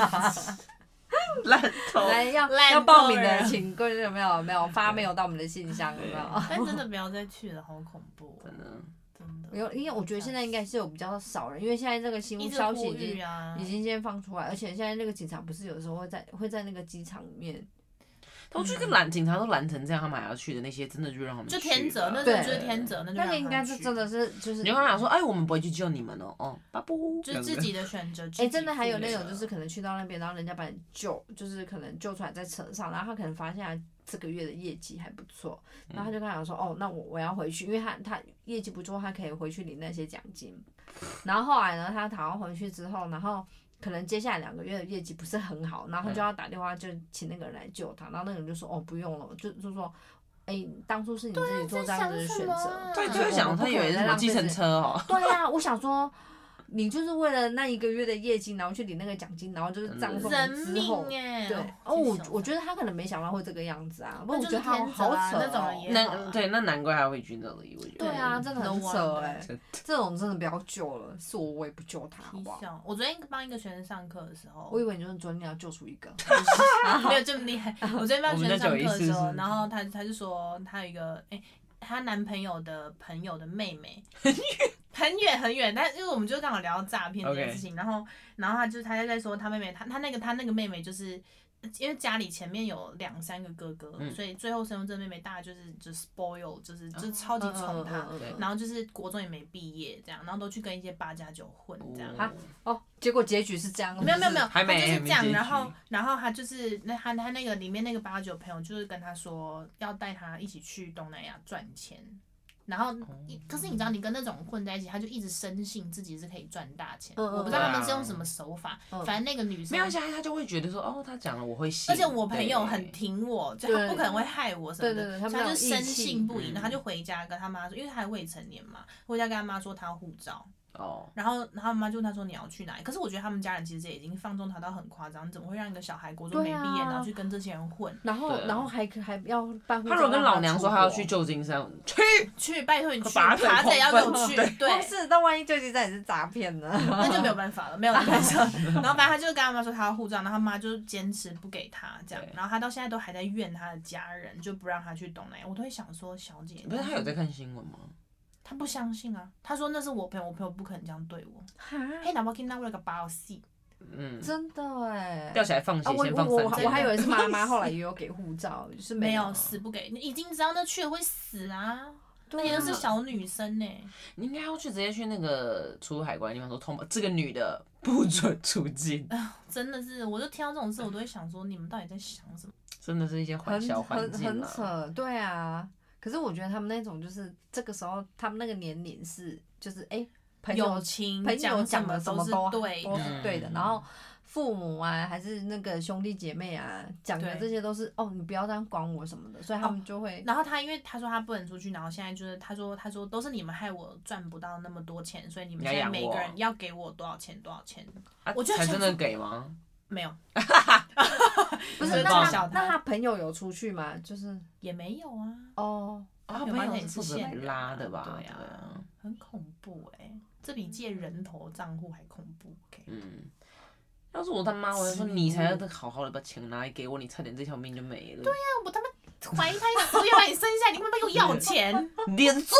S2: 烂头。
S3: 来要
S1: 烂
S3: 要报名
S1: 透
S3: 的
S1: 了，
S3: 请各位有没有没有发没有到我们的信箱有没有？
S1: 但真的不要再去了，好恐怖，哦
S2: 真的，
S1: 真的。
S3: 有，因为我觉得现在应该是有比较少人，因为现在这个新
S1: 一
S3: 闻
S1: 直
S3: 消息
S1: 呼
S3: 已经
S1: 吁啊，
S3: 已经先放出来，而且现在那个警察不是有时候会在会在那个机场里面，
S2: 我觉得拦警察都拦成这样，他们还要去的那些，真的就让他们
S1: 就
S2: 去
S1: 天择
S2: 吧，
S1: 那种就
S3: 对
S1: 是天择，那就
S3: 那个
S1: 让
S3: 应
S1: 他
S3: 该
S1: 去
S3: 是真的是就是
S2: 你就跟他讲说，哎，我们不会去救你们哦，哦，巴布，
S1: 就是自己的选择。
S3: 哎、
S1: 哎
S3: 真的还有那种就是可能去到那边，然后人家把你救，就是可能救出来在车上，然后他可能发现他这个月的业绩还不错，然后他就跟他讲说，哦，那我我要回去，因为他他业绩不错，他可以回去领那些奖金。然后后来呢，他讨回去之后，然后可能接下来两个月的业绩不是很好，然后他就要打电话就请那个人来救他，然后那个人就说，哦，不用了，就就说。哎、当初是你自己做这样子的选
S1: 啊在想什
S3: 择
S1: 么啊，
S2: 对，
S1: 嗯
S2: 就会想他以为是什么计程车哦，
S3: 对啊，我想说，你就是为了那一个月的业绩，然后去领那个奖金，然后就是葬送
S1: 人
S3: 之后。
S1: 命哎、
S3: 对，哦，我我
S1: 得
S3: 觉得他可能没想到会这个样子啊，不过
S1: 那
S3: 我
S1: 就
S3: 觉
S1: 是
S3: 得他
S1: 天
S3: 好
S1: 择啊
S3: 扯
S1: 那种人
S3: 哦。
S1: 也
S2: 那对，那难怪他会去那里，我觉
S3: 对
S2: 得。
S3: 啊，真的很
S1: No
S3: 扯
S1: wonder
S3: 哎、
S2: 真的
S3: 这种真的不要救了，是我我也不救他，好
S1: 皮
S3: 不好？
S1: 笑。我昨天帮一个学生上课的时候，
S3: 我以为你就是昨天要救出 一个，
S1: 没有这么厉害。我昨天帮学生上课
S2: 我们再
S1: 的
S2: 走一次
S1: 时
S2: 是
S1: 候
S2: 不，是
S1: 然后她她就说她有一个哎，她、男朋友的朋友的妹妹， 很远很远，但因为我们就刚好聊到诈骗这件
S2: OK
S1: 事情然后然后她就她就在说她妹妹，她她那个她那个妹妹就是。因为家里前面有两三个哥哥，
S2: 嗯
S1: 所以最后生出这妹妹，大家就是就 spoil，就是就是超级宠她，
S3: 哦嗯嗯嗯嗯
S1: 然后就是国中也没毕业这样，然后都去跟一些八加九混这样。
S3: 啊哦，结果结局是这样，
S1: 哦没有没有没有，
S2: 还没
S1: 他就是这样
S2: 没结。局
S1: 然后然后他就是那他他那个里面那个八九朋友就是跟他说要带他一起去东南亚赚钱，然后
S2: 哦
S1: 你，可是你知道，你跟那种混在一起，他就一直深信自己是可以赚大钱。
S3: 嗯嗯
S1: 我不知道他们
S2: 对啊
S1: 是用什么手法，
S3: 嗯
S1: 反正那个女
S2: 没
S1: 生
S2: 有，想他就会觉得说，哦，他讲了我会信，
S1: 而且我朋友
S2: 对
S1: 很挺我，就他
S3: 对
S1: 不可能会害我什么的，
S3: 对对对他
S1: 所
S3: 们
S1: 以他就
S3: 那种义
S1: 深
S3: 气
S1: 信不疑，然
S2: 嗯
S1: 后他就回家跟他妈说，因为他还未成年嘛，回家跟他妈说他要护照，
S2: 哦，
S1: 然后然后他妈就问他说你要去哪里？可是我觉得他们家人其实也已经放纵他到很夸张，你怎么会让一个小孩国中没
S3: 对啊
S1: 毕业，然后去跟这些人混？
S3: 然后
S2: 对啊
S3: 然后还可还要办护照
S2: 他如果
S3: 让
S2: 跟老娘说
S3: 出
S2: 他要
S3: 国
S2: 去旧金山， 去，
S1: 去，拜托你去，
S2: 把他腿
S1: 爬着也要给我
S2: 狂奔
S1: 去，
S2: 对
S1: 对
S3: 但。哦是，那万一旧金山也是诈骗呢？
S1: 那就没有办法了，没有办法。 然后反正他就跟他妈说他要护照，然后他妈就是坚持不给他这样
S2: 对，
S1: 然后他到现在都还在怨他的家人，就不让他去东南亚。我都会想说，小姐，
S2: 不是他有在看新闻吗？
S1: 他不相信啊，他说那是我朋友，我朋友不可能这样对我。嘿，哪怕跟他为了个把我戏，
S2: 嗯，
S3: 真的哎、
S2: 吊起来放
S3: 啊，
S2: 血
S3: 我
S2: 先
S3: 我
S2: 放
S3: 我
S2: 三
S3: 我
S2: 天
S3: 还以为是妈 妈，后来也有给护照，是
S1: 没
S3: 有
S1: 有。死不给，你已经知道那去了会死啊，那
S3: 对
S1: 也
S3: 啊
S1: 都是小女生呢、
S2: 你应该要去直接去那个出入海关地方说通报这个女的不准出境，
S1: 真的是，我就听到这种事，我都会想说你们到底在想什么？
S2: 真的是一些
S3: 很
S2: 环小环
S3: 很
S2: 境
S3: 很
S2: 啊。
S3: 扯，对啊。可是我觉得他们那种就是这个时候，他们那个年龄是就是哎、朋友
S1: 友情
S3: 朋友
S1: 讲什
S3: 讲的什
S1: 都
S3: 么
S1: 是
S3: 都
S1: 对
S3: 都
S1: 的，
S3: 是对的，
S2: 嗯
S3: 然后父母啊还是那个兄弟姐妹啊讲的
S1: 对
S3: 这些都是哦，你不要这样管我什么的，所以他们就会
S1: 然后他因为他说他不能出去，然后现在就是他说他说都是你们害我赚不到那么多钱，所以你们
S2: 你要
S1: 现在
S2: 养
S1: 每个
S2: 我
S1: 人要给我多少钱多少钱，
S2: 啊
S1: 我就
S2: 才
S1: 想
S2: 真的
S1: 说
S2: 给吗？
S1: 没有
S3: 不
S1: 就是是
S3: 那
S1: 嘲
S3: 他
S1: 笑
S3: 那
S1: 他
S3: 他朋友有出去吗？就是
S1: 也没有啊，
S3: 哦，
S2: 啊
S1: 他
S2: 他
S1: 朋
S2: 朋
S1: 友
S2: 友
S1: 也
S2: 是
S1: 是
S2: 负责
S1: 线人
S2: 拉
S1: 啊
S2: 的吧？
S1: 对
S2: 对啊
S1: 啊，，很恐怖哎、这比借人
S3: 嗯
S1: 头账户还恐怖。OK，
S2: 嗯。要是我他妈，我就说
S1: 吃
S2: 你才
S1: 醋
S2: 要好好的把钱拿来给我，你差点这条命就没了。对呀、
S1: 那我他妈怀胎十月把你生下来，你他妈给我要钱，
S2: 脸住！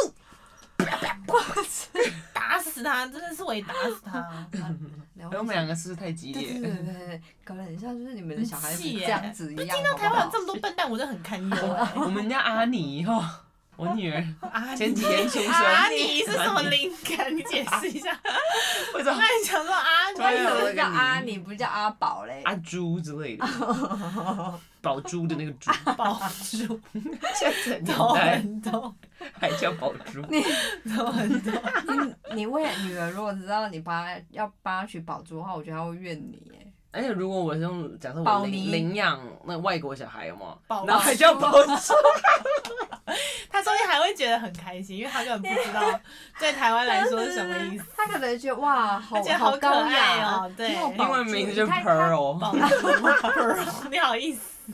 S1: 打死他！真的是我也打死 他。
S3: 然
S2: 哎我
S3: 后
S2: 们两个是不是太激
S3: 对对
S2: 烈？
S3: 对对对对，搞得很像就是你们的小孩子
S1: 很气耶
S3: 这样子一样，
S1: 听到台
S3: 好不好
S1: 湾有这么多笨蛋，我真的很堪 忧哎、
S2: 我们家阿尼哈、我女儿
S1: 啊
S2: 前
S1: 你
S2: 几 天出生，
S1: 啊，你 是什么灵感？你解释一下。
S2: 为什么
S1: 那你想说啊，你
S2: 突然
S3: 为什
S2: 有
S3: 么
S2: 一个
S3: 叫阿
S2: 你啊
S3: 你不叫阿宝嘞？
S2: 阿猪之类的，宝珠的那个猪，
S1: 保住，
S2: 现在 年
S1: 头
S2: 代
S1: 很痛，
S2: 还叫宝珠，
S1: 头很痛。
S3: 你你为了女儿如果知道你帮她要帮她取宝珠的话，我觉得她会怨你耶。
S2: 而且如果我是用假设
S3: 宝
S2: 我领
S3: 妮
S2: 领养那外国小孩有吗？
S1: 宝
S2: 然后还叫宝珠，
S1: 他说不定还会觉得很开心，因为他根本不知 道对台湾来说是什么意思。
S3: 她可能觉得哇，好
S1: 她觉得好
S3: 好高啊
S1: 可爱
S3: 雅
S1: 哦对
S3: 你有
S2: 英
S3: 宝
S2: 文
S3: 珠
S2: 名字叫
S3: 你看她
S1: 保
S2: Pearl，
S1: 住，你好意思，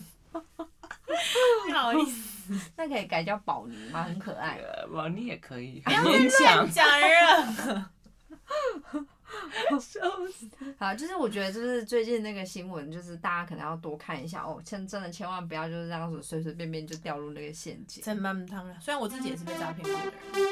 S1: 你好意思，
S3: 那可以改叫宝妮吗？很可爱。
S2: 呃宝妮也可以，
S1: 不要
S2: 勉强
S1: 乱。讲 任何。
S3: 好，就是我觉得就是最近那个新闻，就是大家可能要多看一下哦，千真的千万不要就是这样子随随便便就掉入那个陷阱。
S1: 真蛮不汤了，虽然我自己也是被诈骗过的人。